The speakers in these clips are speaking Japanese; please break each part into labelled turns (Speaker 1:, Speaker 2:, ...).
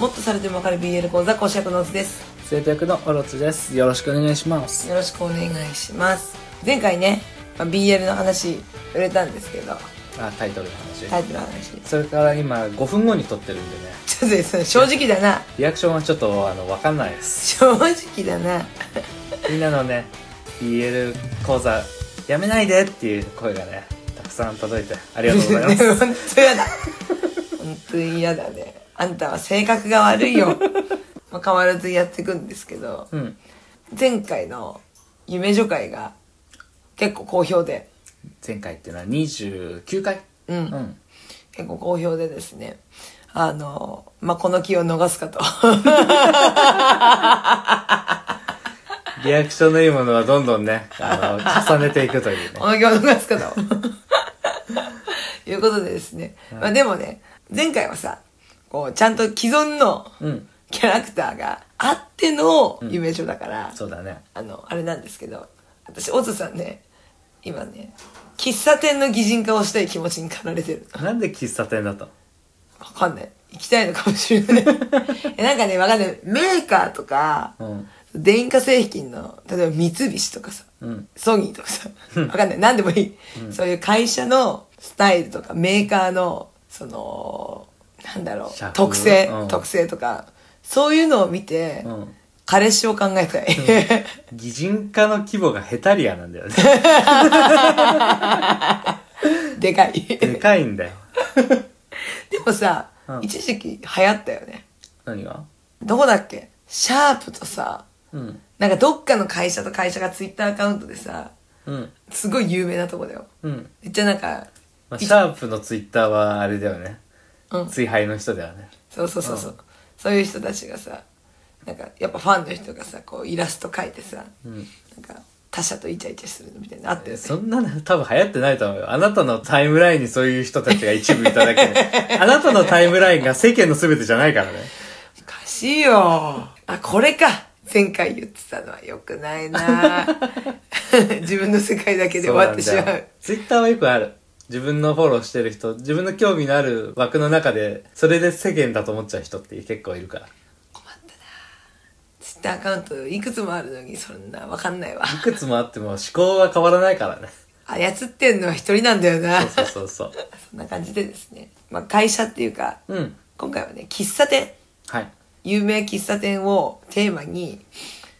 Speaker 1: もっとされてもわかる BL 講座講師役のうつです
Speaker 2: 生徒役のオロツですよろしくお願いします
Speaker 1: よろしくお願いします前回ね、まあ、BL の話売れたんですけど
Speaker 2: あタイトルの話、
Speaker 1: タイプの話
Speaker 2: それから今5分後に撮ってるんでね
Speaker 1: ちょっとその正直だな
Speaker 2: リアクションはちょっとあの分かんない です
Speaker 1: 正直だな
Speaker 2: みんなのね BL 講座やめないでっていう声がねたくさん届いてありがとうござ います
Speaker 1: 本当やだ本当に嫌だねあんたは性格が悪い よ、まあ、変わらずやっていくんですけど
Speaker 2: うん
Speaker 1: 前回の夢女会が結構好評で
Speaker 2: 前回っていうのは29回
Speaker 1: うん、
Speaker 2: うん
Speaker 1: 結構好評でですねあの、まあ、この気を逃すかと
Speaker 2: リアクションのいいものはどんどんねあの重ねていく というね
Speaker 1: この気を逃すかということでですね、まあ、でもね前回はさこうちゃんと既存の
Speaker 2: うん
Speaker 1: キャラクターがあっての夢女だから、
Speaker 2: そうだね
Speaker 1: あの、あれなんですけど、私、オズさんね、今ね、喫茶店の擬人化をしたい気持ちに駆られてる。
Speaker 2: なんで喫茶店だと
Speaker 1: わかんない。行きたいのかもしれ ない。えなんかね、わかんない。メーカーとか、
Speaker 2: うん
Speaker 1: 電化製品の、例えば三菱とかさ、
Speaker 2: うん
Speaker 1: ソニーとかさ、わかんない。なんでもいい、そういう会社のスタイルとか、メーカーの、その、なんだろ
Speaker 2: 社
Speaker 1: う、
Speaker 2: 風
Speaker 1: 特性、
Speaker 2: うん
Speaker 1: 特性とか、そういうのを見て、
Speaker 2: うん
Speaker 1: 彼氏を考えたい。
Speaker 2: 擬人化の規模がヘタリアなんだよ ね
Speaker 1: でかい。
Speaker 2: でかいんだよ
Speaker 1: でもさ、
Speaker 2: うん
Speaker 1: 一時期流行ったよね。
Speaker 2: 何が
Speaker 1: どこだっけシャープとさ、
Speaker 2: うん
Speaker 1: なんかどっかの会社と会社がツイッターアカウントでさ、
Speaker 2: うん
Speaker 1: すごい有名なとこだよ。
Speaker 2: うん、
Speaker 1: めっちゃなんか、
Speaker 2: まあ、シャープのツイッターはあれだよね
Speaker 1: うん、
Speaker 2: 追敗の人だよね
Speaker 1: そうそうそうそう、そういう人たちがさ、なんかやっぱファンの人がさ、こうイラスト描いてさ、
Speaker 2: うん
Speaker 1: なんか他者とイチャイチャするのみたいなのあったよね。
Speaker 2: そんなの多分流行ってないと思うよあなたのタイムラインにそういう人たちが一部いただけ であなたのタイムラインが世間の全てじゃないからね
Speaker 1: おかしいよ。あ、これか。前回言ってたのは良くない な自分の世界だけで終わってしまう。
Speaker 2: ツイッターはよくある自分のフォローしてる人自分の興味のある枠の中でそれで世間だと思っちゃう人って結構いるから
Speaker 1: ツイッターアカウントいくつもあるのにそんなわかんないわ。
Speaker 2: いくつもあっても思考は変わらないからね
Speaker 1: 操ってんのは一人なんだよな。
Speaker 2: そうそうそうそ
Speaker 1: そんな感じでですね。まあ会社っていうか、
Speaker 2: ううん
Speaker 1: 今回はね、喫茶店、
Speaker 2: はい
Speaker 1: 有名喫茶店をテーマに、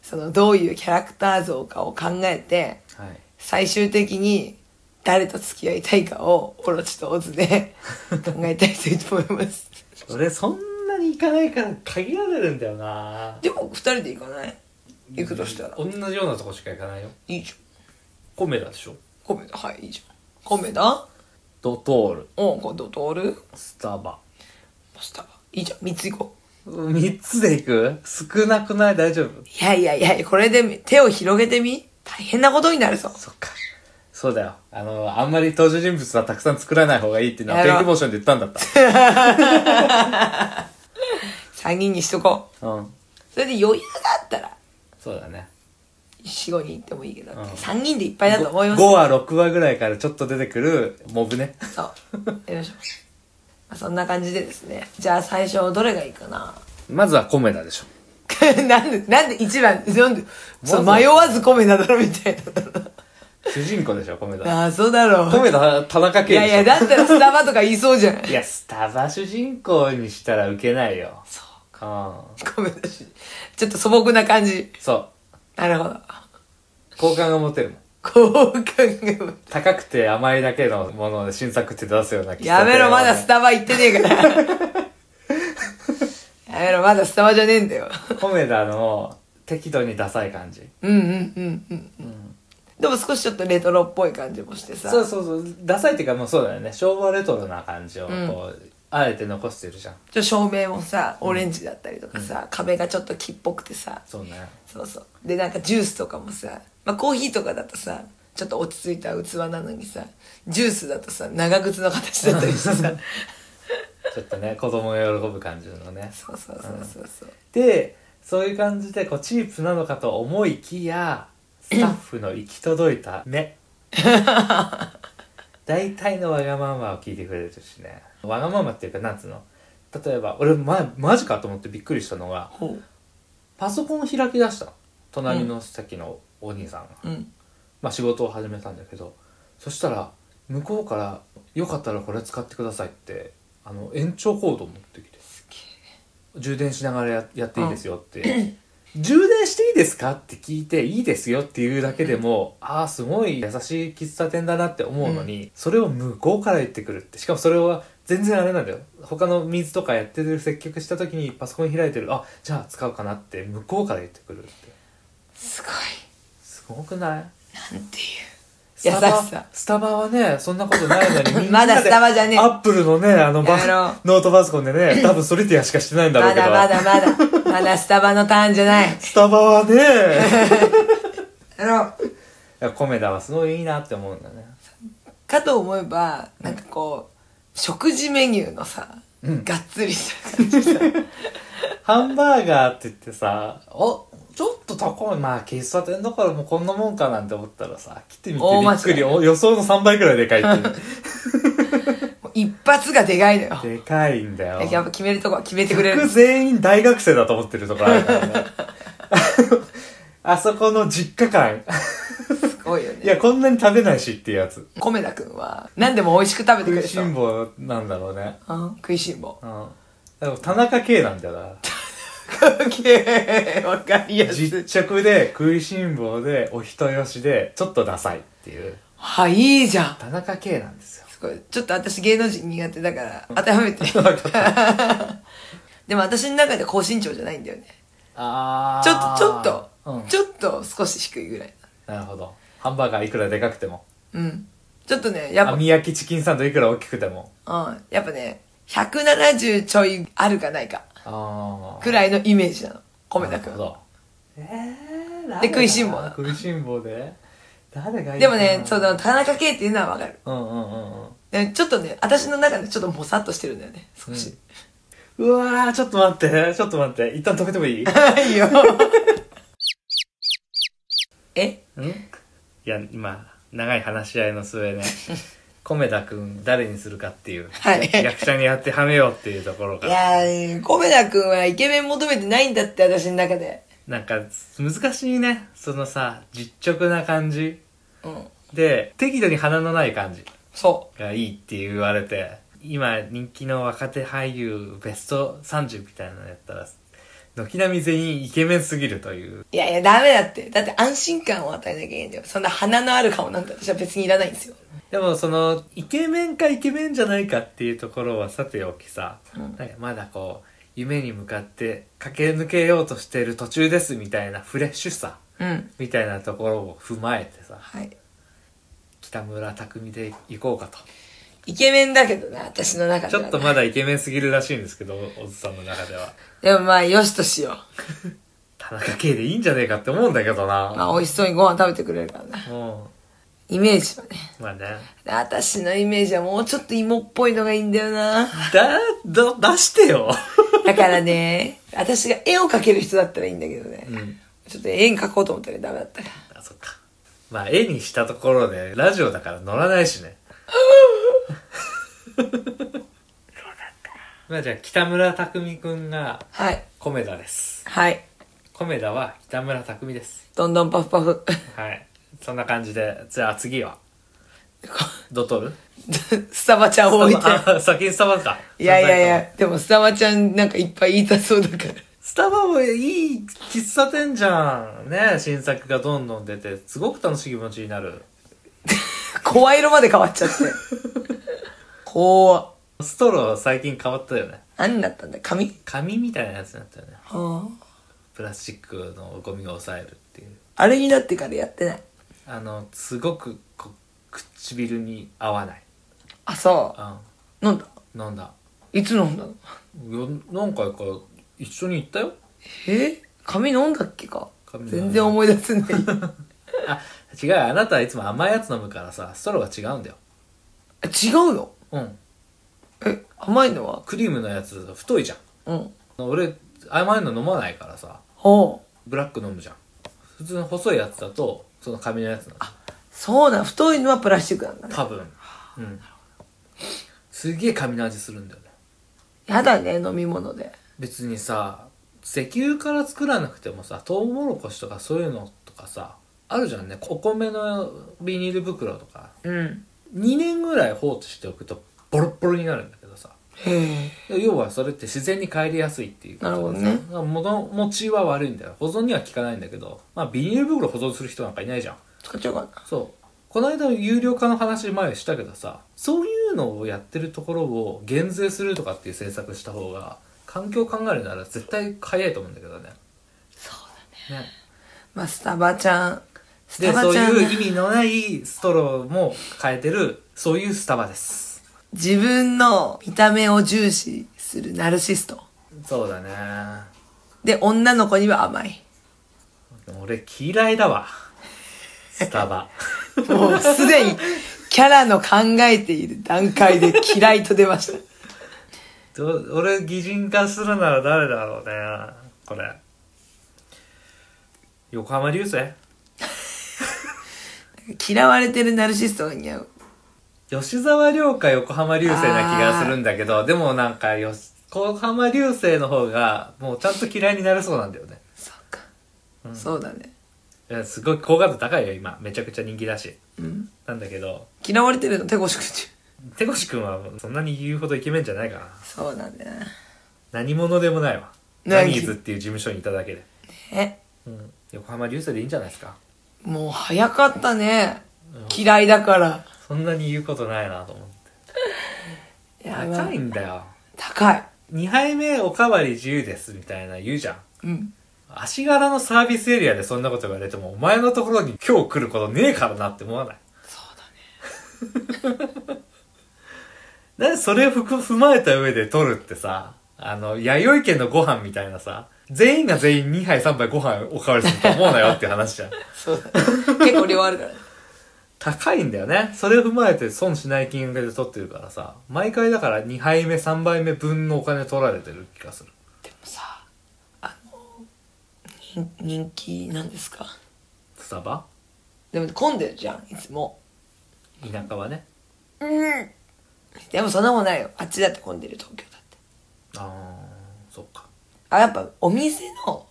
Speaker 1: そのどういうキャラクター像かを考えて、
Speaker 2: はい
Speaker 1: 最終的に誰と付き合いたいかをオロチとオズで 考えたいと思います。
Speaker 2: 俺そんなに行かないから限られるんだよな
Speaker 1: でも二人で行かない行くとしたら。
Speaker 2: 同じようなとこしか行かないよ
Speaker 1: いいじゃん。
Speaker 2: コメダでしょ
Speaker 1: コメダ、はい、いいじゃん。コメダ
Speaker 2: ドトール
Speaker 1: おう、これどう通る
Speaker 2: スタバ
Speaker 1: スタバ。いいじゃん、三つ行こう。
Speaker 2: 3つで行く少なくない大丈夫
Speaker 1: いやいやいや、これで手を広げてみ大変なことになるぞ。
Speaker 2: そっかそうだよあのあんまり登場人物はたくさん作らない方がいいっていうのは
Speaker 1: や
Speaker 2: ピ
Speaker 1: ろう
Speaker 2: ンクモーションで言ったんだっ
Speaker 1: 3人にしとこう。
Speaker 2: たうん
Speaker 1: それで余裕があったら、
Speaker 2: そうだね
Speaker 1: 4、5人行ってもいいけど、
Speaker 2: ん
Speaker 1: 3人でいっぱいだと思います。
Speaker 2: 5話6話ぐらいからちょっと出てくるモブね
Speaker 1: そう。やりましょう。まあそんな感じでですね。じゃあ最初どれがいいかな
Speaker 2: まずはコメダでしょ
Speaker 1: なんで、なんで一番、なんで、そう
Speaker 2: まず
Speaker 1: 迷
Speaker 2: は
Speaker 1: わず米だろみたい
Speaker 2: 主人公でしょ コメダ
Speaker 1: な。あ、そうだろ
Speaker 2: コ
Speaker 1: う。
Speaker 2: メダ田中
Speaker 1: い
Speaker 2: 圭でしょ
Speaker 1: やいや、だったらスタバとか言いそうじゃん。
Speaker 2: いやスタバ主人公にしたらウケないよ
Speaker 1: そう。
Speaker 2: う
Speaker 1: 米だし。ちょっと素朴な感じ。
Speaker 2: んそう
Speaker 1: なるほど。
Speaker 2: 好感が持てるもん
Speaker 1: 好感が。
Speaker 2: 高くて甘いだけのもので新作って出すような喫茶
Speaker 1: や
Speaker 2: 店
Speaker 1: めろ、
Speaker 2: は
Speaker 1: まだスタバ行ってねえ から。やめろ、まだスタバじゃねえんだよ。
Speaker 2: コメダの適度にダサい感じ
Speaker 1: うんうんうんうんうん。でも少しちょっとレトロっぽい感じもしてさ。
Speaker 2: そうそうそうダサいっていうかもうそうだよね昭和レトロな感じをこう、あえて残してるじゃん
Speaker 1: ちょ照明もさ、オレンジだったりとかさ、壁がちょっと木っぽくてさ。
Speaker 2: そうね
Speaker 1: そうそう。で、なんかジュースとかもさ、まあコーヒーとかだとさ、ちょっと落ち着いた器なのにさ、ジュースだとさ、長靴の形だったりしてさ。
Speaker 2: ちょっとね子供が喜ぶ感じのね
Speaker 1: そうそうそうそうそう。
Speaker 2: でそういう感じでこうチープなのかと思いきやスタッフの行き届いた目大体のわがままを聞いてくれるしねわがままっていうかなんつうの例えば、俺、ま、マジかと思ってびっくりしたのが、
Speaker 1: ほ
Speaker 2: パソコンを開き出したの隣の席のお兄さんが、
Speaker 1: う。うん。
Speaker 2: まあ、仕事を始めたんだけどそしたら向こうから「よかったらこれ使ってください」ってあの延長コードを持ってきて充電しながらややっていいですよって充電していいですかって聞いていいですよっていうだけでも、ああすごい優しい喫茶店だなって思うのに、それを向こうから言ってくるってしかもそれは全然あれなんだよ他の水とかやってる接客した時にパソコン開いてるあじゃあ使うかなって向こうから言ってくるって
Speaker 1: すごい。
Speaker 2: すごくない
Speaker 1: なんていう。
Speaker 2: スタバ
Speaker 1: 優しさ
Speaker 2: スタバはね、そんなことないの に、みん
Speaker 1: ま
Speaker 2: なで
Speaker 1: だスタバじゃねえ
Speaker 2: アップルのね、あのバ
Speaker 1: やめろ、
Speaker 2: ノートパソコンで ね、多分ソリティアしかしてないんだろう
Speaker 1: ま
Speaker 2: けど。
Speaker 1: だまだまだ、まだスタバのターンじゃない。
Speaker 2: スタバはね、
Speaker 1: あの、
Speaker 2: いやコメダはすごいいいなって思うんだね。
Speaker 1: かと思えば、なんかこう、食事メニューのさ、
Speaker 2: うん
Speaker 1: がっつりした感じさ。
Speaker 2: ハンバーガーって言ってさ、お、ちょっと高い。まあ、喫茶店だからもうこんなもんかなんて思ったらさ、来てみて
Speaker 1: 大
Speaker 2: び
Speaker 1: 間違い
Speaker 2: っくり。お予想の3倍くらいでかいっていう。
Speaker 1: もう一発がでかいのよ。
Speaker 2: でかいんだよ。
Speaker 1: やっぱ決めるとこは決めてくれる
Speaker 2: 僕。全員大学生だと思ってるとこあるか らね。あそこの実家感。
Speaker 1: すごいよ
Speaker 2: い
Speaker 1: ね。
Speaker 2: や、こんなに食べないしっていうやつ。
Speaker 1: 米田くんは、何でも美味しく食べてくれる
Speaker 2: 食い
Speaker 1: でし
Speaker 2: し
Speaker 1: ょ。
Speaker 2: ん坊なんだろうね。
Speaker 1: うん食いしん坊。
Speaker 2: うん。でも田中圭なんだよな。
Speaker 1: わかりやすい。
Speaker 2: 実直で、食いしん坊で、お人よしで、ちょっとダサいっていう。
Speaker 1: はい、いいじゃん。
Speaker 2: 田中圭なんですよ。
Speaker 1: すごい。ちょっと私芸能人苦手だから、当てはめて。でも私の中で高身長じゃないんだよね。
Speaker 2: あ
Speaker 1: ちょっと、ちょっと、
Speaker 2: うん。
Speaker 1: ちょっと少し低いぐらい。
Speaker 2: なるほど。ハンバーガーいくらでかくても。
Speaker 1: うん。ちょっとね、やっ
Speaker 2: 網焼きチキンサンドいくら大きくても。
Speaker 1: ぱ、うん。やっぱね、170ちょいあるかないか、
Speaker 2: あ
Speaker 1: くらいのイメージなの。
Speaker 2: あ。
Speaker 1: 米田く
Speaker 2: な
Speaker 1: ん。
Speaker 2: るほど。えー、誰
Speaker 1: で食いしん坊
Speaker 2: だな食いしん坊で誰がいい
Speaker 1: で
Speaker 2: か
Speaker 1: も
Speaker 2: な
Speaker 1: ね、その、田中圭っていうのはわかる。
Speaker 2: うんうんうんうん。
Speaker 1: でちょっとね、私の中でちょっともさっとしてるんだよね、少し。
Speaker 2: うわー、ちょっと待って、ちょっと待って。一旦止めてもい い
Speaker 1: いいよ。え
Speaker 2: んいや、今、長い話し合いの末ね、米田くん誰にするかっていう、
Speaker 1: はい
Speaker 2: 役者にやってはめようっていうところ
Speaker 1: い
Speaker 2: から、
Speaker 1: やー、米田くんはイケメン求めてないんだって、私の中で。
Speaker 2: なんか難しいね、そのさ、実直な感じ
Speaker 1: うん。
Speaker 2: で、適度に鼻のない感じ
Speaker 1: そ
Speaker 2: がいいって言われて、今人気の若手俳優ベスト30みたいなのやったら、軒並み全員イケメンすぎるという。
Speaker 1: う。いやいや、ダメだって。だって安心感を与えなきゃいけないんだよ。そんな鼻のある顔なんて私は別にいらないんですよ。
Speaker 2: でもその、イケメンかイケメンじゃないかっていうところはさておきさ、なんかまだこう、夢に向かって駆け抜けようとしてる途中ですみたいなフレッシュさ、
Speaker 1: うん。
Speaker 2: みたいなところを踏まえてさ、
Speaker 1: はい。
Speaker 2: 北村匠海で行こうかと。
Speaker 1: イケメンだけどな、私の中で
Speaker 2: ち
Speaker 1: は
Speaker 2: ょ
Speaker 1: な
Speaker 2: っとまだイケメンすぎるらしいんですけど、おずさんの中では。
Speaker 1: でもまあ、よしとしよう。
Speaker 2: 田中圭でいいんじゃねえかって思うんだけどな。
Speaker 1: まあ、美味しそうにご飯食べてくれるからな。
Speaker 2: うん。
Speaker 1: イメージはね。
Speaker 2: まあね。
Speaker 1: 私のイメージはもうちょっと芋っぽいのがいいんだよな。
Speaker 2: だ、だ、出してよ。
Speaker 1: だからね、私が絵を描ける人だったらいいんだけどね。
Speaker 2: ん
Speaker 1: ちょっと絵に描こうと思ったらダメだったから。
Speaker 2: あ、そっか。まあ、絵にしたところで、ラジオだから乗らないしね。 まあじゃあ、北村匠くんが、
Speaker 1: はい。
Speaker 2: コメダです。
Speaker 1: はい。
Speaker 2: コメダは北村匠です。
Speaker 1: どんどんパフパフ。
Speaker 2: はい。そんな感じで、じゃあ次は、どう取る
Speaker 1: スタバちゃんを置いて。
Speaker 2: あ先にスタバか。
Speaker 1: いやいやいや、でもスタバちゃんなんかいっぱい言いたそうだから。
Speaker 2: スタバもいい喫茶店じゃん。ね新作がどんどん出て、すごく楽しい気持ちになる。
Speaker 1: 声色まで変わっちゃって。怖
Speaker 2: ストロー最近変わったよね。
Speaker 1: 何だったんだ紙
Speaker 2: 紙みたいなやつになったよね。
Speaker 1: あ
Speaker 2: プラスチックのゴミを抑えるっていう。
Speaker 1: あれになってからやってない。
Speaker 2: あの、すごくこう唇に合わない。
Speaker 1: あ、そ
Speaker 2: うん
Speaker 1: う。飲んだ。
Speaker 2: 飲んだ。
Speaker 1: いつ飲んだの
Speaker 2: よ何回か一緒に行ったよ。
Speaker 1: え紙飲んだっけか
Speaker 2: 紙飲んだ
Speaker 1: 全然思い出せない。
Speaker 2: あ、違う。あなたはいつも甘いやつ飲むからさ、ストローが違うんだよ。
Speaker 1: あ違うの
Speaker 2: うん。
Speaker 1: え、甘いのは
Speaker 2: クリームのやつ太いじゃん。
Speaker 1: うん。
Speaker 2: 俺、甘いの飲まないからさ。
Speaker 1: ほう。
Speaker 2: ブラック飲むじゃん普通の細いやつだとその紙のやつなんだ
Speaker 1: そうだ、太いのはプラスチックなんだね。
Speaker 2: 多分うんすげえ紙の味するんだよね
Speaker 1: やだね、飲み物で。
Speaker 2: 別にさ石油から作らなくてもさトウモロコシとかそういうのとかさあるじゃんねお米のビニール袋とか
Speaker 1: うん。
Speaker 2: 2年ぐらい放置しておくとボロッボロになるんだけどさ
Speaker 1: へえ。
Speaker 2: 要はそれって自然に帰りやすいっていうこと
Speaker 1: なるほど
Speaker 2: で
Speaker 1: ね
Speaker 2: さだから物持ちは悪いんだよ保存には効かないんだけど、まあ、ビニール袋保存する人なんかいないじゃん
Speaker 1: 使っちゃおうかな。
Speaker 2: そうこの間有料化の話前したけどさそういうのをやってるところを減税するとかっていう政策した方が環境を考えるなら絶対早いと思うんだけどね
Speaker 1: そうだね。
Speaker 2: ね
Speaker 1: まあ、スタバちゃん。ス
Speaker 2: で
Speaker 1: タ
Speaker 2: そ
Speaker 1: バ
Speaker 2: う
Speaker 1: ちゃん
Speaker 2: いう
Speaker 1: ね。
Speaker 2: 意味のないストローも変えてるそういうスタバです
Speaker 1: 自分の見た目を重視するナルシスト。
Speaker 2: そうだね
Speaker 1: で、女の子には甘 い。
Speaker 2: 俺嫌いだわス タバ
Speaker 1: もうすでにキャラの考えている段階で嫌いと出ました。
Speaker 2: ど俺擬人化するなら誰だろうねこれ横浜流星
Speaker 1: 嫌われてるナルシストが似合う。
Speaker 2: 吉沢亮か横浜流星な気がするんだけどでもなんかよし横浜流星の方がもうちゃんと嫌いになれそうなんだよね
Speaker 1: そうか。そうだね。
Speaker 2: いやすごい好感度高いよ今めちゃくちゃ人気だし
Speaker 1: うん。
Speaker 2: なんだけど
Speaker 1: 嫌われてるの手越しくんち。
Speaker 2: 手越くんはそんなに言うほどイケメンじゃないから
Speaker 1: そうだね。何
Speaker 2: 何者でもないわジャニーズっていう事務所にいただけで、
Speaker 1: え、
Speaker 2: うん、横浜流星でいいんじゃないですか
Speaker 1: もう早かったね。嫌いだから。
Speaker 2: そんなに言うことないなと思って
Speaker 1: いやまあ
Speaker 2: 高いんだよ
Speaker 1: 高い。
Speaker 2: 2杯目おかわり自由ですみたいな言うじゃん
Speaker 1: うん。
Speaker 2: 足柄のサービスエリアでそんなこと言われても、お前のところに今日来ることねえからなって思わない。
Speaker 1: そうだね。
Speaker 2: なんでそれをふく踏まえた上で取るってさ、あの、弥生県のご飯みたいなさ、全員が全員2杯3杯ご飯おかわりすると思うなよって話 じゃん。
Speaker 1: そうだね。 結構量あるからね。
Speaker 2: 高いんだよね。それを踏まえて損しない金額で取ってるからさ、毎回だから2杯目3杯目分のお金取られてる気がする。
Speaker 1: でもさ、あの、人人気なんですか
Speaker 2: スタバ
Speaker 1: でも混んでるじゃん、いつも。
Speaker 2: 田舎はね。
Speaker 1: うん。でもそんなもんないよ。あっちだって混んでる、東京だって。
Speaker 2: あー、そっか。
Speaker 1: あ、やっぱお店の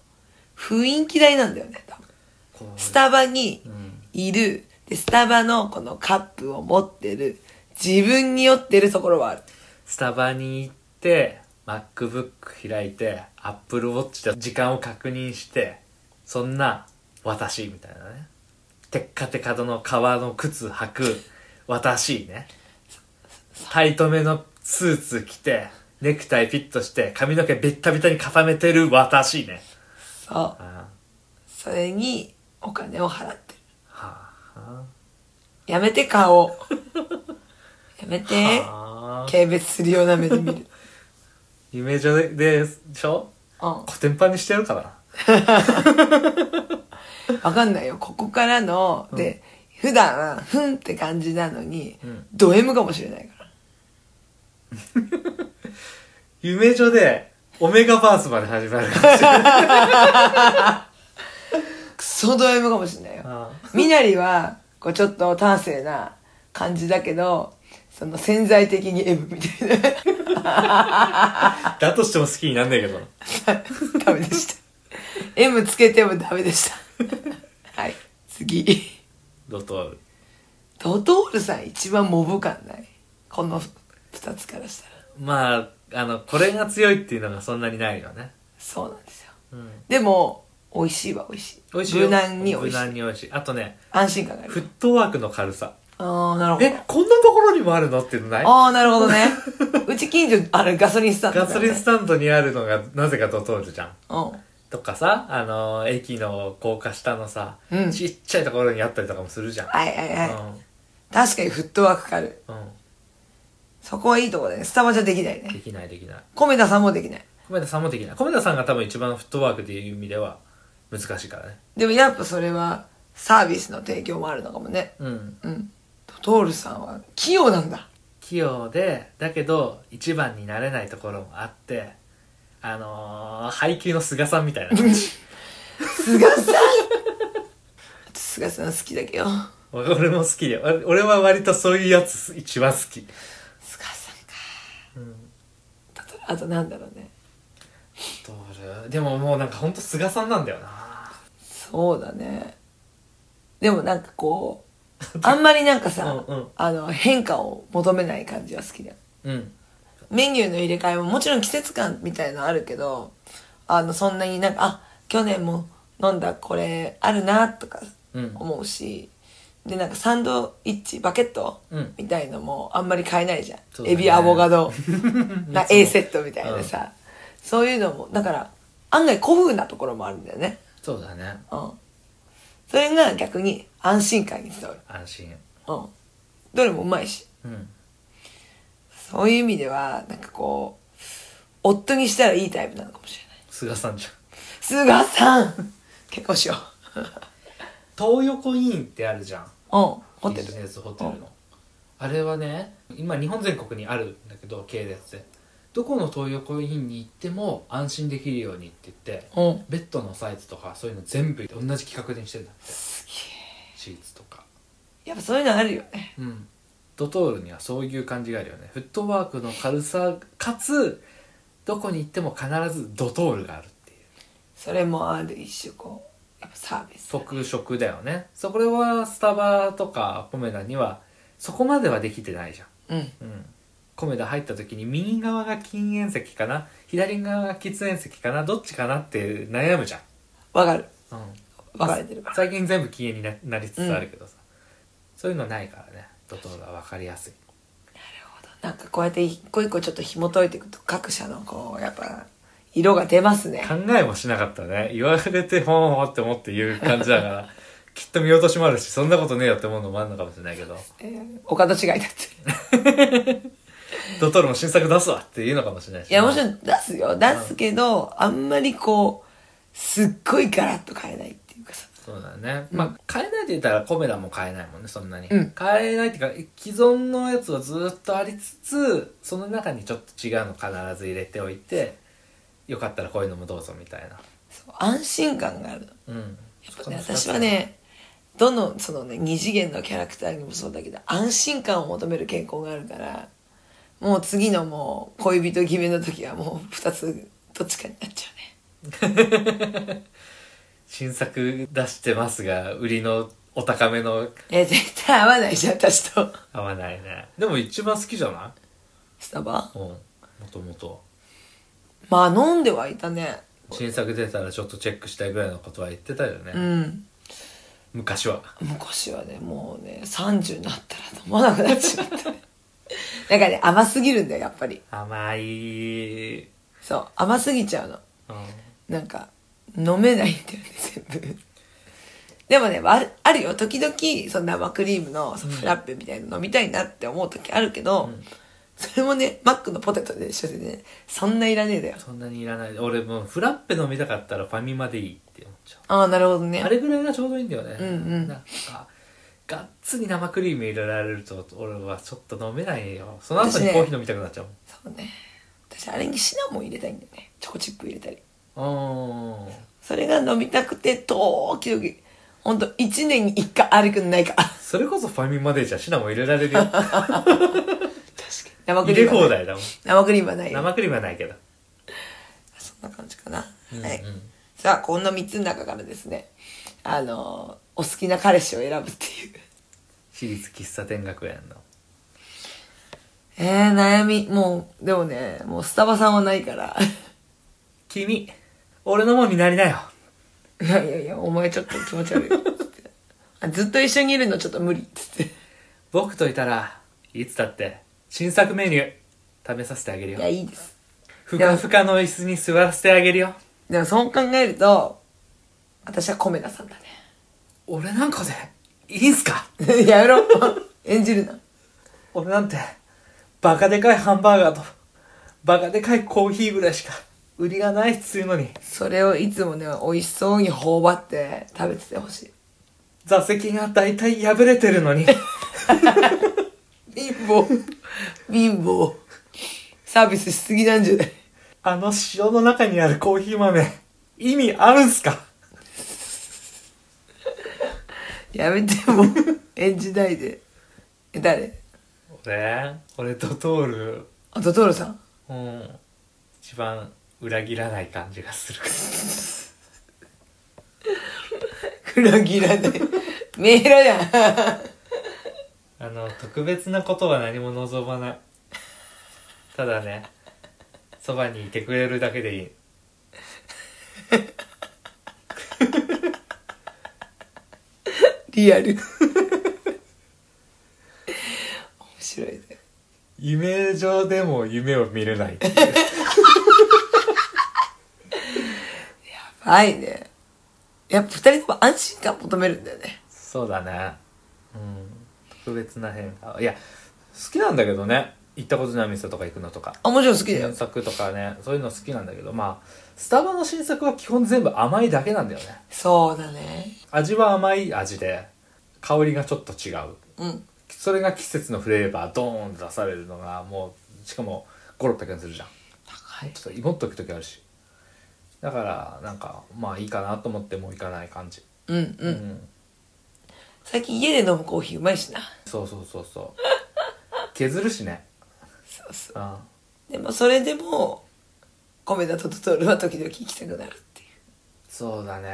Speaker 1: 雰囲気代なんだよね、多分。
Speaker 2: こう
Speaker 1: スタバに
Speaker 2: うん
Speaker 1: いる、で、スタバのこのカップを持ってる、自分に酔ってるところはある。
Speaker 2: スタバに行って、MacBook 開いて、Apple Watch で時間を確認して、そんな、私、みたいなね。テッカテカの革の靴履く、私ね。タイトめのスーツ着て、ネクタイピッとして、髪の毛ベッタベタに固めてる私ね。
Speaker 1: そう。
Speaker 2: あーは
Speaker 1: それにお金を払ってる。
Speaker 2: あは
Speaker 1: やめて顔 を。やめて。
Speaker 2: あ。
Speaker 1: 軽蔑するような目で 見る。
Speaker 2: 夢女で、でしょ
Speaker 1: うん。
Speaker 2: コテンパンにしてやるかな。
Speaker 1: わかんないよ。ここからの、で、普段、ふんって感じなのに、
Speaker 2: ん
Speaker 1: ド M かもしれないから。
Speaker 2: 夢女で、オメガバースまで始まるかもしれない。
Speaker 1: クソド M かもしれないよ。
Speaker 2: あー
Speaker 1: みなりは、こうちょっと端正な感じだけど、その潜在的に M みたいな。
Speaker 2: だとしても好きになんないけど。
Speaker 1: ダメでした。M つけてもダメでした。はい。次。
Speaker 2: ロトール。
Speaker 1: ドトールさん一番モブ感ない。この二つからしたら。
Speaker 2: まあ、あの、これが強いっていうのがそんなにないよね。
Speaker 1: そうなんですよ。
Speaker 2: うん。
Speaker 1: でも、美味しいは美味しい。
Speaker 2: 美味しいよ
Speaker 1: 無難に美味しい。
Speaker 2: 無難に美味しい。あとね、
Speaker 1: 安心感があ
Speaker 2: フッ
Speaker 1: る。
Speaker 2: トワークの軽さ。
Speaker 1: ああ、なるほ
Speaker 2: え
Speaker 1: ど。、
Speaker 2: こんなところにもあるのっていうのない
Speaker 1: ああ、なるほど ね。うち近所、あれガソリンスタンド、
Speaker 2: ガソリンス
Speaker 1: タ
Speaker 2: タンドにあるのがなぜかドトールじゃん。
Speaker 1: ンド。うん。
Speaker 2: とかさ、あの、駅の高架下のさ、
Speaker 1: うん
Speaker 2: ちっちゃいところにあったりとかもするじゃん。
Speaker 1: はいはいはい。確かにフットワーク軽い。
Speaker 2: うん。うん。
Speaker 1: そこはいいとこだね。スタバじゃできない
Speaker 2: で
Speaker 1: ね。
Speaker 2: きないできない。
Speaker 1: 米田さんもできない。
Speaker 2: 米田さんもできない。米田さんが多分一番フットワークっていう意味では難しいからね。
Speaker 1: でもやっぱそれは、サービスの提供もあるのかもね。
Speaker 2: うん。
Speaker 1: うん。ドトールさんは器用なんだ。
Speaker 2: 器用でだけど一番になれないところもあってあのー、配給の菅さんみたいな
Speaker 1: 菅さん菅さん好きだけど。
Speaker 2: 俺も好きで俺俺は割とそういうやつ一番好き
Speaker 1: 菅さんか。だとねあとなんだろうね
Speaker 2: どれでももうなんかほんと菅さんなんだよな
Speaker 1: そうだねでもなんかこ うあんまりなんかさ、
Speaker 2: うんうん
Speaker 1: あの変化を求めない感じは好きだよ
Speaker 2: うん
Speaker 1: メニューの入れ替えももちろん季節感みたいのあるけどあのそんなになんかあ去年も飲んだこれあるなとか
Speaker 2: うん
Speaker 1: 思うし、でなんかサンドイッチバケット、
Speaker 2: うん
Speaker 1: みたいのもあんまり買えないじゃ
Speaker 2: そ
Speaker 1: ん、
Speaker 2: うだね
Speaker 1: エビアボカド な A セットみたい
Speaker 2: うん
Speaker 1: なさ、そういうのもだから案外古風なところもあるんだよね
Speaker 2: そうだね
Speaker 1: うんそれが逆に安心感に伝わる
Speaker 2: 安心
Speaker 1: うんどれもうまいし
Speaker 2: うん
Speaker 1: そういう意味では、なんかこう、夫にしたらいいタイプなのかもしれない。
Speaker 2: 菅さんじゃん
Speaker 1: 菅さん結婚しよう。
Speaker 2: 東横インってあるじゃん
Speaker 1: うん、ホテ
Speaker 2: ビ
Speaker 1: ル
Speaker 2: ジ。ネスホテルのあれはね今日本全国にあるんだけど系列でどこの東横インに行っても安心できるようにって言って
Speaker 1: うん。
Speaker 2: ベッドのサイズとかそういうの全部同じ企画にしてるんだってシーツとか
Speaker 1: やっぱそういうのあるよね。
Speaker 2: うんドトールにはそういう感じがあるよねフットワークの軽さかつどこに行っても必ずドトールがあるっていう
Speaker 1: それもある一種こう、やっぱサービス。
Speaker 2: 特色だよねそこはスタバとかコメダにはそこまではできてないじゃん
Speaker 1: うん。
Speaker 2: うん、コメダ入った時に右側が禁煙席かな左側が喫煙席かなどっちかなって悩むじゃん、
Speaker 1: わかる。
Speaker 2: うん、
Speaker 1: 分かれてるから。
Speaker 2: 最近全部禁煙にななりつつあるけどさ、そういうのないからねドトールは分かりやすい
Speaker 1: なんかこうやって一個一個ちょっと紐解いていくと、各社のこう、やっぱ、色が出ますね。
Speaker 2: 考えもしなかったね言われてほんほんって思って言う感じだから きっと見落としもあるしそんなことねえよって思うのもあるのかもしれないけど
Speaker 1: えー、他と違いだって。
Speaker 2: ドトールも新作出すわっていうのかもしれないし
Speaker 1: いや、もちろん出すよ。出すけど、あんまりこう、すっごいガラッと変えないっていうかさ。
Speaker 2: そうだね、まあ買えないって言ったらコメダも買えないもんねそんなに、
Speaker 1: うん
Speaker 2: 買えないっていうか既存のやつはずっとありつつその中にちょっと違うの必ず入れておいてよかったらこういうのもどうぞみたいな
Speaker 1: そう安心感があるの。
Speaker 2: うん
Speaker 1: やっぱね、私はね、どの、そのね、二次元のキャラクターにもそうだけど、安心感を求める傾向があるから、もう次のもう、恋人決めの時はもう、二つ、どっちかになっちゃうね。
Speaker 2: 新作出してますが売りのお高めの
Speaker 1: え絶対合わないじゃん、私と。
Speaker 2: 合わないねでも一番好きじゃな
Speaker 1: スタバ
Speaker 2: いうんもともと
Speaker 1: まあ、飲んではいたね。
Speaker 2: 新作出たらちょっとチェックしたいぐらいのことは言ってたよね、
Speaker 1: うん。
Speaker 2: 昔は
Speaker 1: 昔はね、もうね、30になったら飲まなくなっちまったね。 なんかね、甘すぎるんだよ、やっぱり。
Speaker 2: 甘い、うん、
Speaker 1: そう、甘すぎちゃうの。なんか、飲めないんだよね、 全部。でもね、あるあるよ。時々、その生クリームのそのフラッペみたいなの飲みたいなって思う時あるけど、それもね、マックのポテトで一緒でね、そんないらねえだよ。
Speaker 2: そんなにいらない俺もうフラッペ飲みたかったらファミマでいいって思っちゃ
Speaker 1: ああ、なるほどね。
Speaker 2: うあれぐらいがちょうどいいんだよね
Speaker 1: うんうん
Speaker 2: なんかがっつり生クリーム入れられると俺はちょっと飲めないよその後
Speaker 1: 私
Speaker 2: に
Speaker 1: ね
Speaker 2: コーヒー飲みたくなっちゃう
Speaker 1: そうね。私、あれにシナモン入れたいんだよね。チョコチップ入れたり。
Speaker 2: もんうん
Speaker 1: それが飲みたくて、時々、ほんと、1年に1回あるくないか。確
Speaker 2: それこそファミマでじゃシナモン入れられるよ
Speaker 1: かに。生
Speaker 2: 入
Speaker 1: クリ
Speaker 2: れ
Speaker 1: ームは
Speaker 2: 放
Speaker 1: ない。
Speaker 2: 題だもん
Speaker 1: 生クリームはないよ。
Speaker 2: 生クリームはないけど
Speaker 1: そんな感じかな。
Speaker 2: うん
Speaker 1: はい。さあ、こんな3つの中からですね、あのーお好きな彼氏を選ぶっていう。
Speaker 2: 私立喫茶店学園の
Speaker 1: えー、悩み、もう、でもね、もうスタバさんはないから。
Speaker 2: 君俺のもんになりなよ
Speaker 1: いやいやいや、お前ちょっと気持ち悪いよ。つってあずっと一緒にいるのちょっと無理。つって。
Speaker 2: 僕といたらいつだって新作メニュー試させてあげる
Speaker 1: い
Speaker 2: よ
Speaker 1: や、いいです。
Speaker 2: ふかふかの椅子に座らせてあげるよ
Speaker 1: でもそう考えると、私はコメダさんだ
Speaker 2: 俺なんかでいいんすか
Speaker 1: ね。 やめろ。演じるな。
Speaker 2: 俺なんてバカでかいハンバーガーとバカでかいコーヒーぐらいしか売りがないっつうのに
Speaker 1: それをいつもね、美味しそうに頬張って食べててほしい。
Speaker 2: 座席が大体破れてるのに
Speaker 1: 貧乏。貧乏。サービスしすぎなんじゃない
Speaker 2: あの塩の中にあるコーヒー豆意味あるんすか
Speaker 1: やめてもう演じないでえ誰
Speaker 2: 俺俺ドトール
Speaker 1: あドトールさん
Speaker 2: うん一番裏切らない感じがする
Speaker 1: 裏切らない。メールやん。
Speaker 2: あの特別なことは何も望まないただねそばにいてくれるだけでいい
Speaker 1: リアル。面 白いね。
Speaker 2: 夢上でも夢を見れない
Speaker 1: はいね。やっぱ二人とも安心感求めるんだよね。
Speaker 2: そうだねうん特別な変化いや好きなんだけどね行ったことない店とか行くのとか
Speaker 1: あ、もちろん好きだよ
Speaker 2: 新。作とかねそういうの好きなんだけどまあスタバの新作は基本全部甘いだけなんだよね
Speaker 1: そうだね。
Speaker 2: 味は甘い味で香りがちょっと違う
Speaker 1: うん。
Speaker 2: それが季節のフレーバードーンと出されるのがもうしかも5600円するじゃん
Speaker 1: 高い。
Speaker 2: ちょっと芋っとく時あるしだからなんかまあいいかなと思ってもう行かない感じ
Speaker 1: うんう。
Speaker 2: うん
Speaker 1: 最近家で飲むコーヒーうまいしな。
Speaker 2: そうそうそうそう削るしね
Speaker 1: そうそう。
Speaker 2: うん
Speaker 1: でもそれでも、米田とトトールは時々行きたくなるってい
Speaker 2: そうだね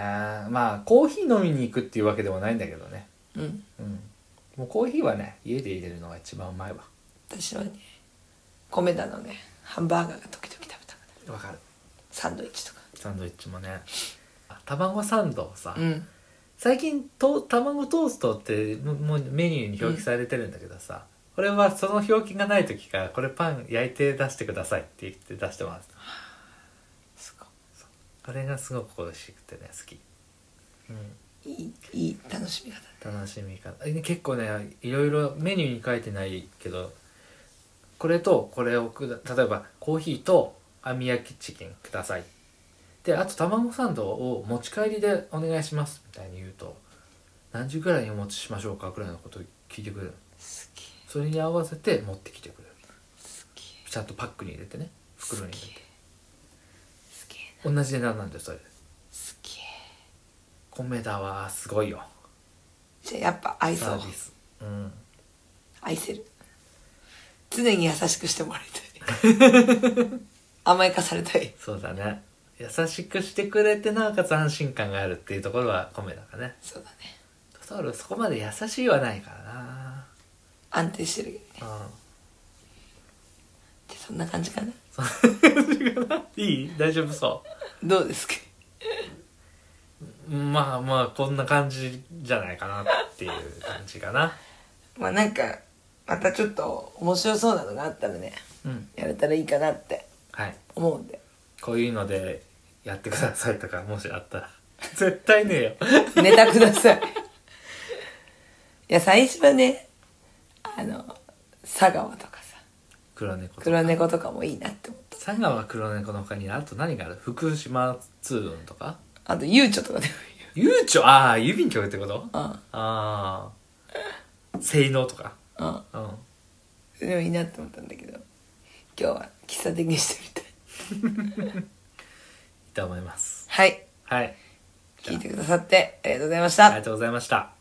Speaker 2: まあコーヒー飲みに行くっていうわけでもないんだけどね
Speaker 1: う。うん。
Speaker 2: うんもうコーヒーはね家で入れるのが一番うまいわ
Speaker 1: 私はね、米田のね、ハンバーガーが時々食べたくなる。
Speaker 2: わかる
Speaker 1: サンドイッチとか。
Speaker 2: サンドイッチもねあ卵サンドをさ、
Speaker 1: うん。
Speaker 2: 最近と卵トーストってももうメニューに表記されてるんだけどさ、これはその表記がない時からこれパン焼いて出してくださいって言って出してます
Speaker 1: す
Speaker 2: これがすごく美味しくてね好き、う
Speaker 1: ごい。いい、いい楽しみ方。
Speaker 2: ん、楽しみ方え結構ねいろいろメニューに書いてないけどこれとこれをくだ例えばコーヒーと網焼きチキンくださいであと卵サンドを持ち帰りでお願いしますみたいに言うと何時ぐらいにお持ちしましょうかぐらいのことを聞いてくれる
Speaker 1: 好き。
Speaker 2: それに合わせて持ってきてくれる
Speaker 1: 好き。
Speaker 2: ちゃんとパックに入れてね袋に入れて
Speaker 1: すげえ
Speaker 2: 同じ値段なんだよそれ
Speaker 1: すげえ
Speaker 2: 米田はすごいよ
Speaker 1: じゃあやっぱ愛そ
Speaker 2: サ
Speaker 1: う
Speaker 2: ービスうん
Speaker 1: 愛せる常に優しくしてもらいたい 甘やかされたい
Speaker 2: そうだね優しくしてくれてなおかつ安心感があるっていうところは米田かね
Speaker 1: そうだね
Speaker 2: トトールそこまで優しいはないからな
Speaker 1: 安定してるけどね
Speaker 2: うん
Speaker 1: じゃあそんな感じかな
Speaker 2: そんな いい大丈夫そ
Speaker 1: どうですか
Speaker 2: うまあまあこんな感じじゃないかなっていう感じかな
Speaker 1: まあなんかまたちょっと面白そうなのがあったらね
Speaker 2: うん
Speaker 1: やれたらいいかなって
Speaker 2: はい
Speaker 1: 思うんで
Speaker 2: こういうのでやってくださいとかもしあったら絶対ねえよ
Speaker 1: ネタください いや最初はねあの佐川とかさ
Speaker 2: 黒猫と
Speaker 1: 黒猫とかもいいなって思った
Speaker 2: 佐川黒猫の他にあと何がある福島通運とか
Speaker 1: あとゆうちょとかでもいいよ
Speaker 2: ゆうちょああ郵便局ってこと
Speaker 1: あ
Speaker 2: ああ 性能とか
Speaker 1: あああ
Speaker 2: うん
Speaker 1: でもいいなって思ったんだけど今日は喫茶店にしてみたい
Speaker 2: いいと思います
Speaker 1: はい
Speaker 2: はい
Speaker 1: 聞いてくださってありがとうございました
Speaker 2: ありがとうございました